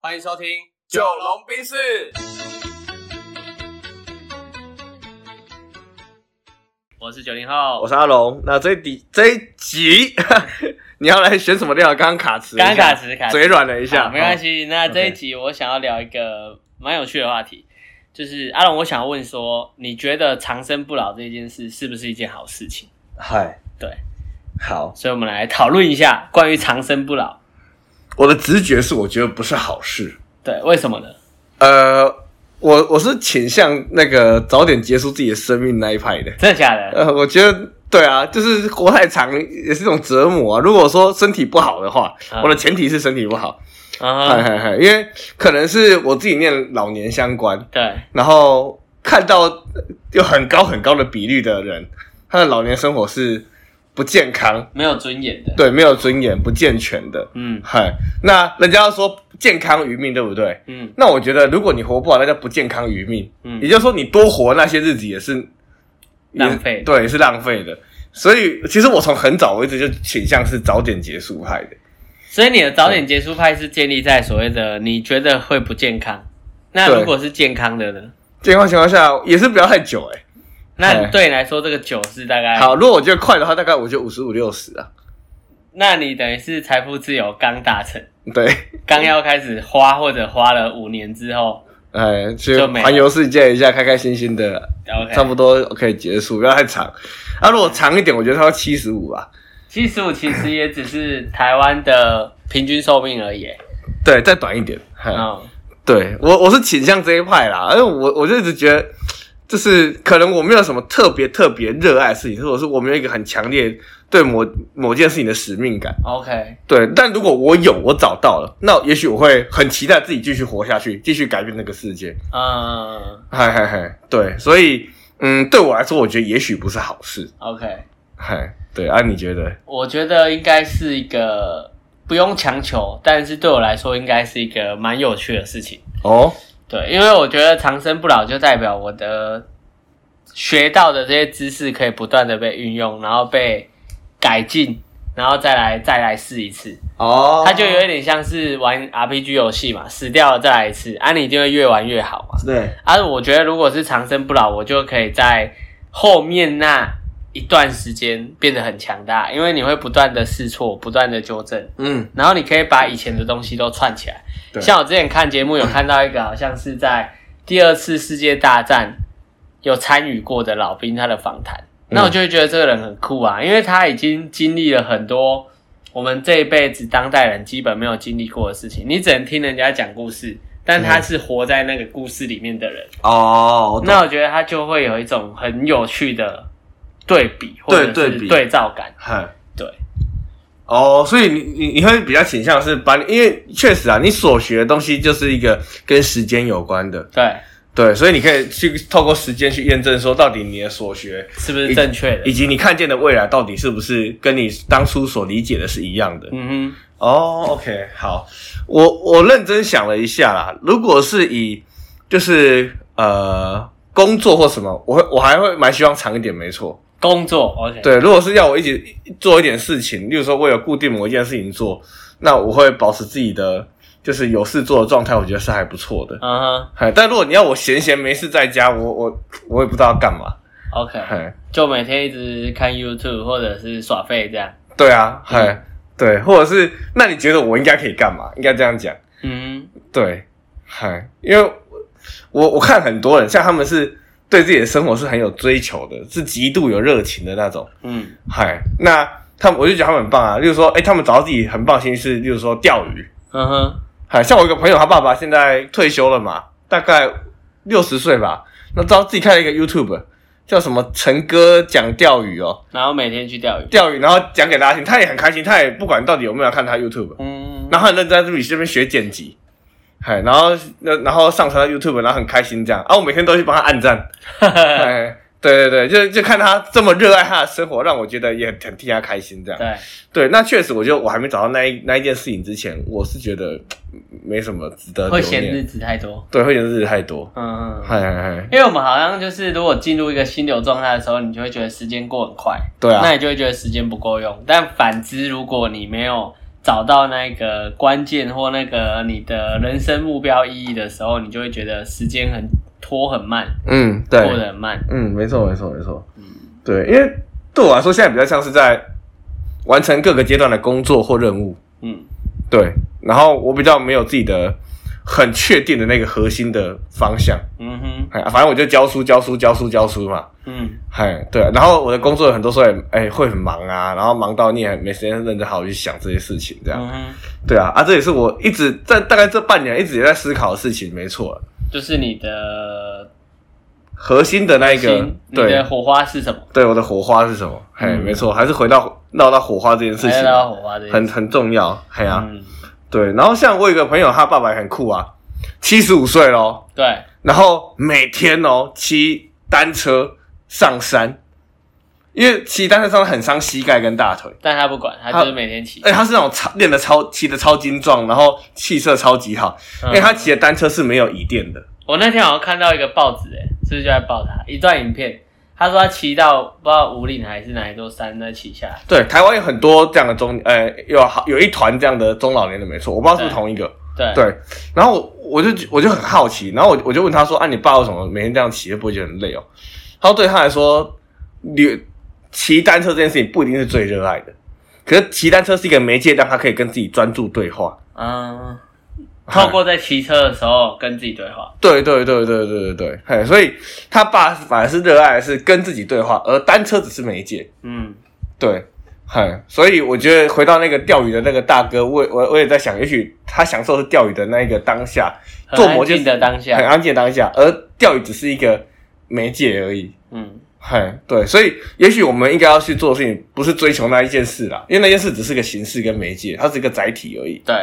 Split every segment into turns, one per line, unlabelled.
欢迎收听《九龙冰室》。我是九零后，
我是阿龙。那这一底这一集 你要来选什么料？刚刚卡词一下，
刚刚卡词卡词
嘴软了一
好
下，
没关
系。
系。那这一
OK
集我想要聊一个蛮有趣的话题，就是阿龙，我想要问说，你觉得长生不老这件事是不是一件好事情？
嗨，
对，
好，
所以我们来讨论一下关于长生不老，
我的直觉是我觉得不是好事。
对，为什么呢？
呃，我我是倾向那个早点结束自己的生命那一派的。
真的假的？
呃，我觉得对啊，就是活太长也是一种折磨啊。如果说身体不好的话，
嗯
我的前提是身体不好，嗨
啊，
嗨嗨，因为可能是我自己念老年相关，
对，
然后看到呃有很高很高的比率的人，他的老年生活是不健康，
没有尊严的，
对，没有尊严、不健全的。
嗯
嗨，那人家要说健康于命，对不对？
嗯
那我觉得，如果你活不好，那叫不健康于命。也
嗯，
就是说，你多活那些日子也是
浪费
也对，也是浪费的。所以，其实我从很早我一直就倾向是早点结束派的。
所以你的早点结束派是建立在所谓的你觉得会不健康，那
对
如果是健康的呢？
健康情况下也是不要太久哎、
那
哎
对你来说，这个九是大概
好，如果我觉得快的话，大概我就五十五六十啊。
那你等于是财富自由刚达成，
对，
刚要开始花或者花了五年之后
哎，去
就没了
环游世界一下，开开心心的，
，OK，
差不多可以结束，不要太长。啊，如果长一点，我觉得它要七十五吧。
七十五其实也只是台湾的平均寿命而已。
对，再短一点。嗯，
嗯，
对我我是倾向这一派啦，因为我我就一直觉得，就是可能我没有什么特别特别热爱的事情，或者是我没有一个很强烈对某某件事情的使命感。
OK，
对，但如果我有，我找到了，那也许我会很期待自己继续活下去，继续改变这个世界。
嗯
嗨嗨嗨，对，所以嗯，对我来说，我觉得也许不是好事。
，OK，
嗨，对啊，你觉得？
我觉得应该是一个不用强求，但是对我来说应该是一个蛮有趣的事情。
哦，
对，因为我觉得长生不老就代表我的学到的这些知识可以不断的被运用，然后被改进，然后再来再来试一次。
哦
它就有一点像是玩 RPG 游戏嘛，死掉了再来一次，啊，你一定会越玩越好嘛。
对，
啊，我觉得如果是长生不老，我就可以在后面那一段时间变得很强大，因为你会不断的试错，不断的纠正，
嗯，
然后你可以把以前的东西都串起来。
对
像我之前看节目有看到一个，好像是在第二次世界大战有参与过的老兵他的访谈，
嗯
那我就会觉得这个人很酷啊，因为他已经经历了很多我们这一辈子当代人基本没有经历过的事情。你只能听人家讲故事，但他是活在那个故事里面的人，
哦，
那我觉得他就会有一种很有趣的对比或
对
者
对
是
比
对照感。
嗨，
对，
哦，所以你你你会比较倾向是把你，因为确实啊，你所学的东西就是一个跟时间有关的，
对，
对，所以你可以去透过时间去验证说，到底你的所学
是不是正确
以
的？
及你看见的未来，到底是不是跟你当初所理解的是一样的。
嗯哼，
哦、o k 好，我我认真想了一下啦，如果是以就是呃工作或什么，我会我还会蛮希望长一点，没错。
工作 OK，
对，如果是要我一起做一点事情，例如说我有固定某一件事情做，那我会保持自己的就是有事做的状态，我觉得是还不错的。
嗯哼
哎，但如果你要我闲闲没事在家，我我我也不知道要干嘛。
，OK。
哎，
就每天一直看 YouTube 或者是耍废这样。
对啊，
嗯
哎，对，或者是那你觉得我应该可以干嘛？应该这样讲。
嗯，
对，嗨，因为我我我看很多人，像他们是对自己的生活是很有追求的，是极度有热情的那种。
嗯，
嗨，那他们我就觉得他们很棒啊。例如说，哎、他们找到自己很棒的兴趣是，例如说钓鱼。
嗯哼，
嗨，像我一个朋友，他爸爸现在退休了嘛，大概六十岁吧。那知道自己开了一个 YouTube，叫什么陈哥讲钓鱼哦，
然后每天去钓鱼。
钓鱼，然后讲给大家听，他也很开心，他也不管到底有没有人看他 YouTube。
嗯，
然后很认真在自己这边学剪辑，嗨，然后那然后上传到 YouTube，然后很开心这样。啊，我每天都去帮他按赞，
嗯
哎，对对对，就就看他这么热爱他的生活，让我觉得也很很替他开心这样。
对，
对，那确实，我觉得我还没找到那一那一件事情之前，我是觉得嗯没什么值得
会
留
嫌日
念，
子太多。
对，会嫌日子太多，
嗯，嗯
嗨嗨嗨，
因为我们好像就是，如果进入一个心流状态的时候，你就会觉得时间过很快，
对啊
那，你就会觉得时间不够用。但反之，如果你没有找到那个关键或那个你的人生目标意义的时候，你就会觉得时间很拖很慢，
嗯，对，
过得嗯很慢。
嗯，没错，没错，没错。对，因为对我来说，现在比较像是在完成各个阶段的工作或任务。
嗯，
对，然后我比较没有自己的很确定的那个核心的方向。
嗯哼，
哎，反正我就教书，教书，教书，教书嘛。
嗯
哎，对，然后我的工作很多时候也哎会很忙啊，然后忙到你也没时间认真好好去想这些事情，这样。
嗯哼，
对啊，啊，这也是我一直在大概这半年一直也在思考的事情，没错。
就是你的
核心的那一个
心，，你
对
的火花是什么？
对，我的火花是什么？嘿，
嗯
没错，还是回到绕到火花这件事
还
情
是，要火花这
很很重要。嘿啊，
嗯，
对。然后像我有一个朋友，他爸爸也很酷啊，七十五岁咯，
对，
然后每天哦骑单车上山，因为骑单车上山很伤膝盖跟大腿。
但他不管，他就是每天骑。
哎、他是那种超练的超骑的超精壮，然后气色超级好，因为哎
嗯
他骑的单车是没有椅垫的。
我那天好像看到一个报纸，哎，是不是就在报他一段影片？他说他骑到不知道五岭还是哪一座山在骑下来，
对，台湾有很多这样的中，呃，有好有一团这样的中老年的，没错，我不知道是不是
对
同一个。
对，
对，然后我我就我就很好奇，然后我我就问他说：“啊，你爸为什么每天这样骑，会不会觉得很累哦？”他说：“对他来说，你骑单车这件事情不一定是最热爱的，可是骑单车是一个媒介，让他可以跟自己专注对话。
嗯，透过在骑车的时候跟自己对话，
对对对对对对对，嘿，所以他爸反而是热爱的是跟自己对话，而单车只是媒介。
嗯，
对，嘿，所以我觉得回到那个钓鱼的那个大哥，我也我我也在想，也许他享受的是钓鱼的那一个当下，
很
做
安
某件
静的当下
很，安静的当下，而钓鱼只是一个媒介而已。
嗯，
嗨，对，所以也许我们应该要去做的事情，不是追求那一件事啦，因为那件事只是个形式跟媒介，它是一个载体而已。
对，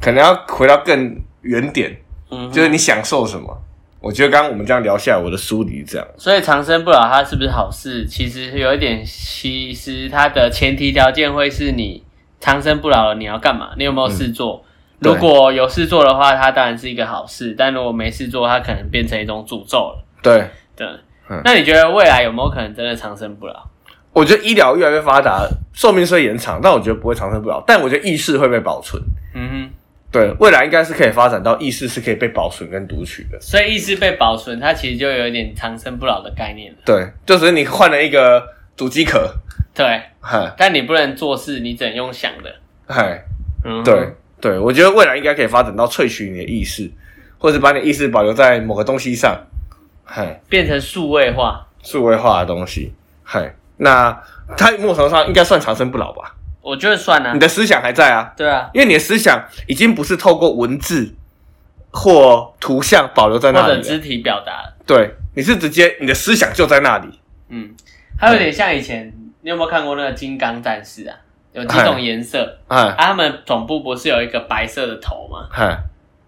可能要回到更原点，
嗯，
就是你享受什么。我觉得刚刚我们这样聊下来，我的梳理是这样。
所以长生不老它是不是好事？其实有一点，其实它的前提条件会是你长生不老了，你要干嘛？你有没有事
嗯
做？
对
如果有事做的话，它当然是一个好事；但如果没事做，它可能变成一种诅咒了。
对，
对，
嗯
那你觉得未来有没有可能真的长生不老？
我觉得医疗越来越发达，寿命是会延长，但我觉得不会长生不老。但我觉得意识会被保存。
嗯哼，
对，未来应该是可以发展到意识是可以被保存跟读取的。
所以意识被保存，它其实就有一点长生不老的概念了。
对，就只是你换了一个主机壳，
对，
嗨
但你不能做事，你只能用想的。
嗨，
嗯，
对，对，我觉得未来应该可以发展到萃取你的意识，或者把你的意识保留在某个东西上，嗨，
变成数位化。
数位化的东西，嗨，那它某种程度上应该算长生不老吧？
我觉得算了、
你的思想还在啊，
对啊，
因为你的思想已经不是透过文字或图像保留在
或
那
者
里啊了，
肢体表达。
对，你是直接你的思想就在那里，
嗯，它有点像以前，你有没有看过那个《金刚战士》啊？有几种颜色，
哎
啊，他们总部不是有一个白色的头吗？
嗨，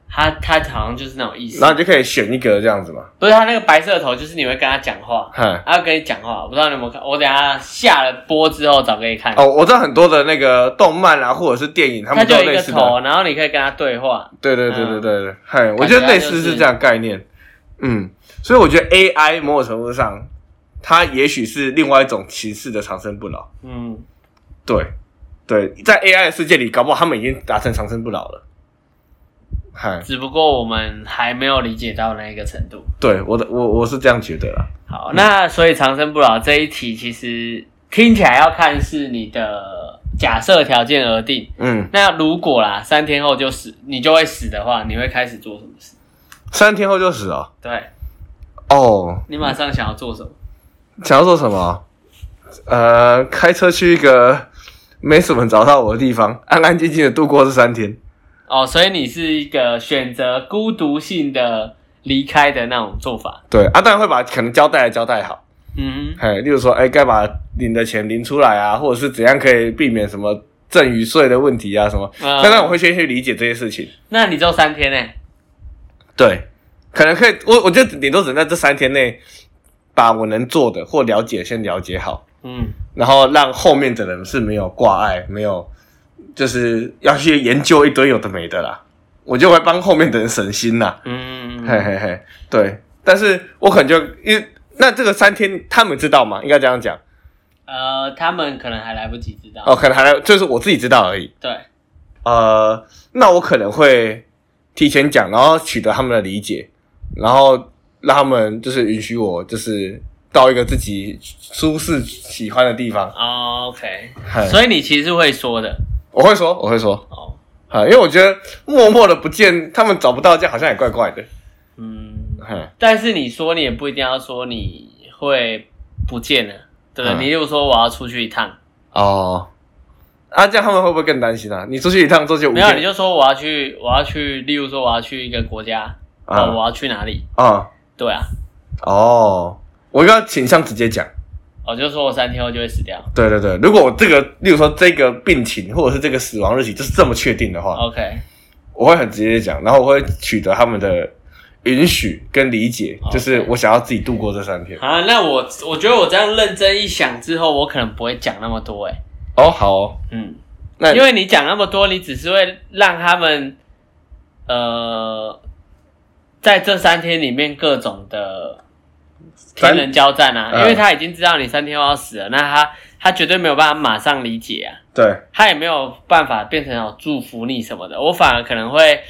他他好像就是那种意思
然，后你就可以选一个这样子嘛，
不是他那个白色的头，就是你会跟他讲话，
嗨。
他要跟你讲话。我不知道你有没有看，我等一下下了播之后找给你看。
哦，我知道很多的那个动漫啊，或者是电影，他
他
们都
就
有
有一
类
个
似的
头，然后你可以跟他对话。
对对对对
嗯
对对，嗨，我觉得类似是这样概念，嗯，所以我觉得 AI 某种程度上，它也许是另外一种形式的长生不老，
嗯，
对，对，在 AI 的世界里，搞不好他们已经达成长生不老了，嗨，
只不过我们还没有理解到那一个程度。
对我的我我是这样觉得啦，
好，那所以长生不老这一题，其实听起来要看是你的假设条件而定。
嗯，
那如果啦，三天后就死，你就会死的话，你会开始做什么事？
三天后就死哦，
对
哦，
你马上想要做什么？
想要做什么？呃，开车去一个没什么人找到我的地方，安安静静的度过这三天，
哦，所以你是一个选择孤独性的离开的那种做法。
对，啊，当然会把可能交代的交代好。
嗯哼，
哎，例如说，哎，该把领的钱领出来啊，或者是怎样可以避免什么赠与税的问题啊，什么。
嗯
那当然我会先去理解这些事情。
那你就三天呢、
对，可能可以，我我觉得顶多只能在这三天内把我能做的或了解先了解好，
嗯，
然后让后面的人是没有挂碍，没有就是要去研究一堆有的没的啦。我就会帮后面的人省心啦。
嗯
嘿嘿嘿，对。但是我可能就因为那这个三天他们知道吗？应该这样讲
呃，他们可能还来不及知道。
哦，可能还来就是我自己知道而已。
对，
呃，那我可能会提前讲，然后取得他们的理解，然后让他们就是允许我就是到一个自己舒适喜欢的地方。
哦，OK，
嗨
所以你其实是会说的
我会说，我会说，
哦，
啊，因为我觉得默默的不见，他们找不到，这样好像也怪怪的。
嗯，
嗨
但是你说你也不一定要说你会不见了，对不对？
嗯
你例如说我要出去一趟，
哦，啊，这样他们会不会更担心啊？你出去一趟，出去五
没有你
天，
就说我要去，我要去，例如说我要去一个国家，
嗯
哦，我要去哪里？
啊、
对啊，
哦，我要倾向直接讲。
我就说我三天后就会死掉。
对对对，如果我这个，例如说这个病情或者是这个死亡日期就是这么确定的话，
OK，
我会很直接讲，然后我会取得他们的允许跟理解，
OK
就是我想要自己度过这三天。
好，那我我觉得我这样认真一想之后，我可能不会讲那么多、欸，
哦，好哦
嗯，
那
因为你讲那么多，你只是会让他们，呃，在这三天里面各种的天人交战啊，
嗯
因为他已经知道你三天后要死了，那他他绝对没有办法马上理解啊，
对
他也没有办法变成有祝福你什么的，我反而可能会，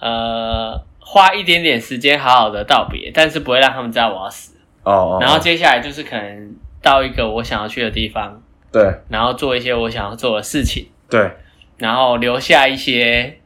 呃，花一点点时间好好的道别，但是不会让他们知道我要死，
哦哦，
然后
哦
接下来就是可能到一个我想要去的地方，
对
然后做一些我想要做的事情。
对，
然后留下一些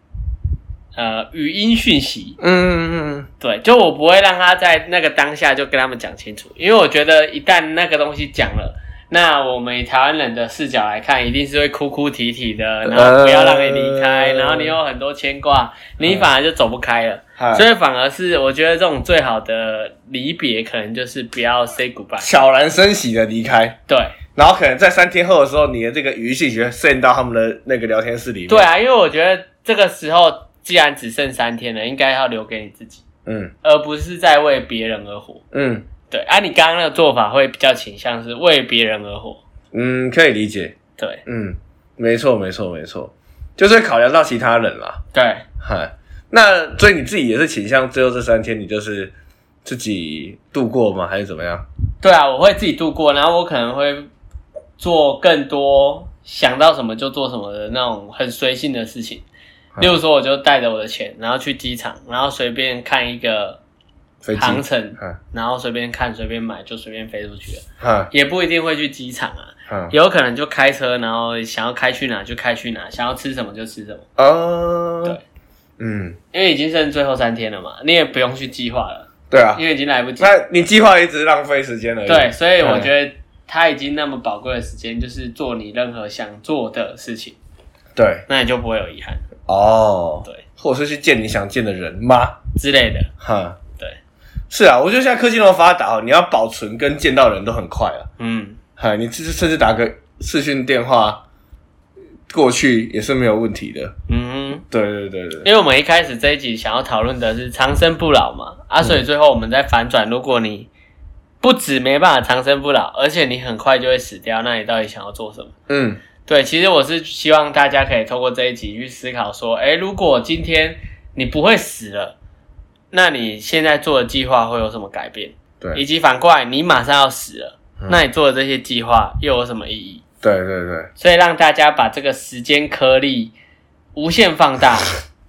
呃语音讯息。
嗯嗯嗯
对，就我不会让他在那个当下就跟他们讲清楚，因为我觉得一旦那个东西讲了。那我们以台湾人的视角来看，一定是会哭哭啼啼的，然后不要让你离开，
呃
然后你有很多牵挂，你
嗯
反而就走不开了。
嗨
所以反而是我觉得这种最好的离别，可能就是不要 say goodbye。
悄然升喜的离开，
对，
然后可能在三天后的时候，你的这个语信息会渗到他们的那个聊天室里面。
对，啊，因为我觉得这个时候既然只剩三天了，应该要留给你自己。
嗯
而不是在为别人而活。
嗯
对，啊，你刚刚那个做法会比较倾向是为别人而活。
嗯，可以理解。
对
嗯，没错没错没错，就是考量到其他人啦。
对，
嗨， 那所以你自己也是倾向最后这三天，你就是自己度过吗？还是怎么样？
对啊，我会自己度过，然后我可能会做更多想到什么就做什么的那种很随性的事情。
嗯
例如说，我就带着我的钱，然后去机场，然后随便看一个
飞机？
航程，
嗯
然后随便看、随便买，就随便飞出去了，
嗯
也不一定会去机场啊，
嗯
也有可能就开车，然后想要开去哪就开去哪，想要吃什么就吃什么。
哦，
对，
嗯，
因为已经剩最后三天了嘛，你也不用去计划了，
对啊
因。为已经来不及。
那你计划一直浪费时间而已。
对，，所以嗯我觉得他已经那么宝贵的时间，就是做你任何想做的事情，
对，
那你就不会有遗憾
哦，
对，
或者是去见你想见的人吗？
之类的。
哈，
对，
是啊，我觉得现在科技那么发达哦，你要保存跟见到人都很快啊。
嗯，
嗨，你甚至甚至打个视讯电话过去也是没有问题的。
嗯
对对对对
哼，因为我们一开始这一集想要讨论的是长生不老嘛，啊，所以最后我们再反转，如果你不止没办法长生不老，而且你很快就会死掉，那你到底想要做什么？
嗯，
对，其实我是希望大家可以透过这一集去思考说，哎，如果今天你不会死了，那你现在做的计划会有什么改变？以
对
及反过来，你马上要死了，
嗯
那你做的这些计划又有什么意义？
对对对。
所以让大家把这个时间颗粒无限放 大，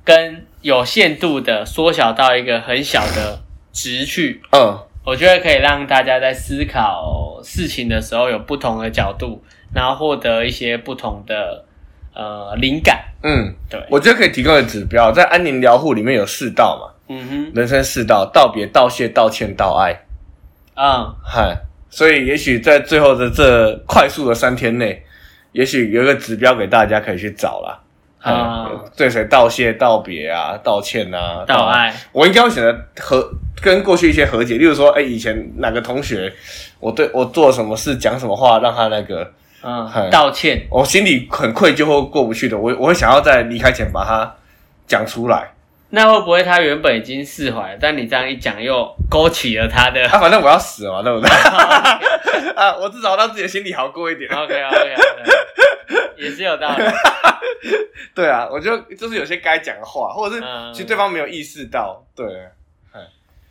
跟有限度的缩小到一个很小的值去，
嗯，
我觉得可以让大家在思考事情的时候有不同的角度，然后获得一些不同的呃灵感。
嗯，
对，
我觉得可以提供的指标，在安宁疗护里面有四道嘛，
嗯
人生四道：道别、道谢、道歉、道爱。
哼，嗯，
嗨，所以也许在最后的这快速的三天内，也许有一个指标给大家可以去找啦。
啊
嗯，对谁道谢、道别啊、道歉啊、
道爱，
我应该会选择和跟过去一些和解，例如说，哎、以前哪个同学，我对我做什么事、讲什么话，让他那个
嗯，
嗨
道歉，
我心里很愧疚或过不去的，我我会想要在离开前把它讲出来。
那会不会他原本已经释怀了，但你这样一讲又勾起了他的
啊，反正我要死了嘛，对不 对？啊，我至少让自己的心里好过一点。
OK OK OK，也是有道理。
对啊，我就就是有些该讲的话，或者是
嗯
其实对方没有意识到。对，啊哎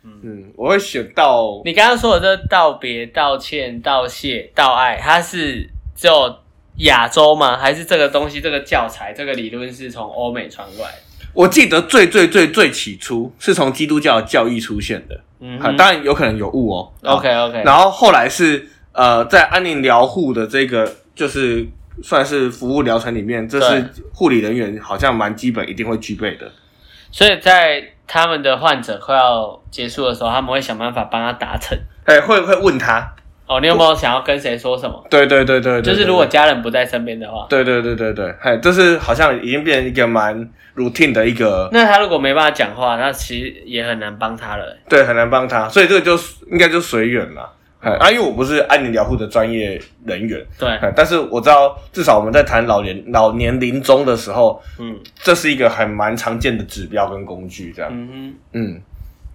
嗯，
嗯，我会选到
你刚刚说的这道别、道歉、道谢、道爱，它是只有亚洲吗？还是这个东西、这个教材、这个理论是从欧美传过来的？
我记得最最最最起初是从基督教的教义出现的，
嗯
啊
哼
当然有可能有误哦。啊
，OK OK，
然后后来是呃，在安宁疗护的这个就是算是服务疗程里面，这是护理人员好像蛮基本一定会具备的。
所以在他们的患者快要结束的时候，他们会想办法帮他达成。
哎，会会问他，
哦，你有没有想要跟谁说什么？
对对对对，对
就是如果家人不在身边的话，
对对对对对，哎，这是好像已经变成一个蛮 routine 的一个，
那他如果没办法讲话，那其实也很难帮他了。
对，很难帮他，所以这个就应该就随缘了。哎啊，因为我不是安宁疗护的专业人员，
对，
哎但是我知道，至少我们在谈老年老年临终的时候，
嗯
这是一个还蛮常见的指标跟工具，这样。
嗯
嗯，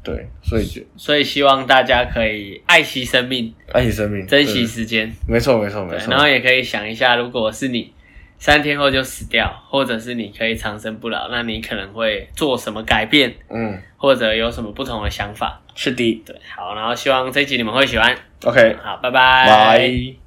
对，所以就
哼，所以希望大家可以爱惜生命，
爱惜生命，
珍惜
对，
时间。
没错，没错，
对
没，错
然。后也可以想一下，如果是你三天后就死掉，或者是你可以长生不老，那你可能会做什么改变，
嗯，
或者有什么不同的想法？
是的
对，好，然后希望这一集你们会喜欢。
，OK，
好，拜拜。
拜。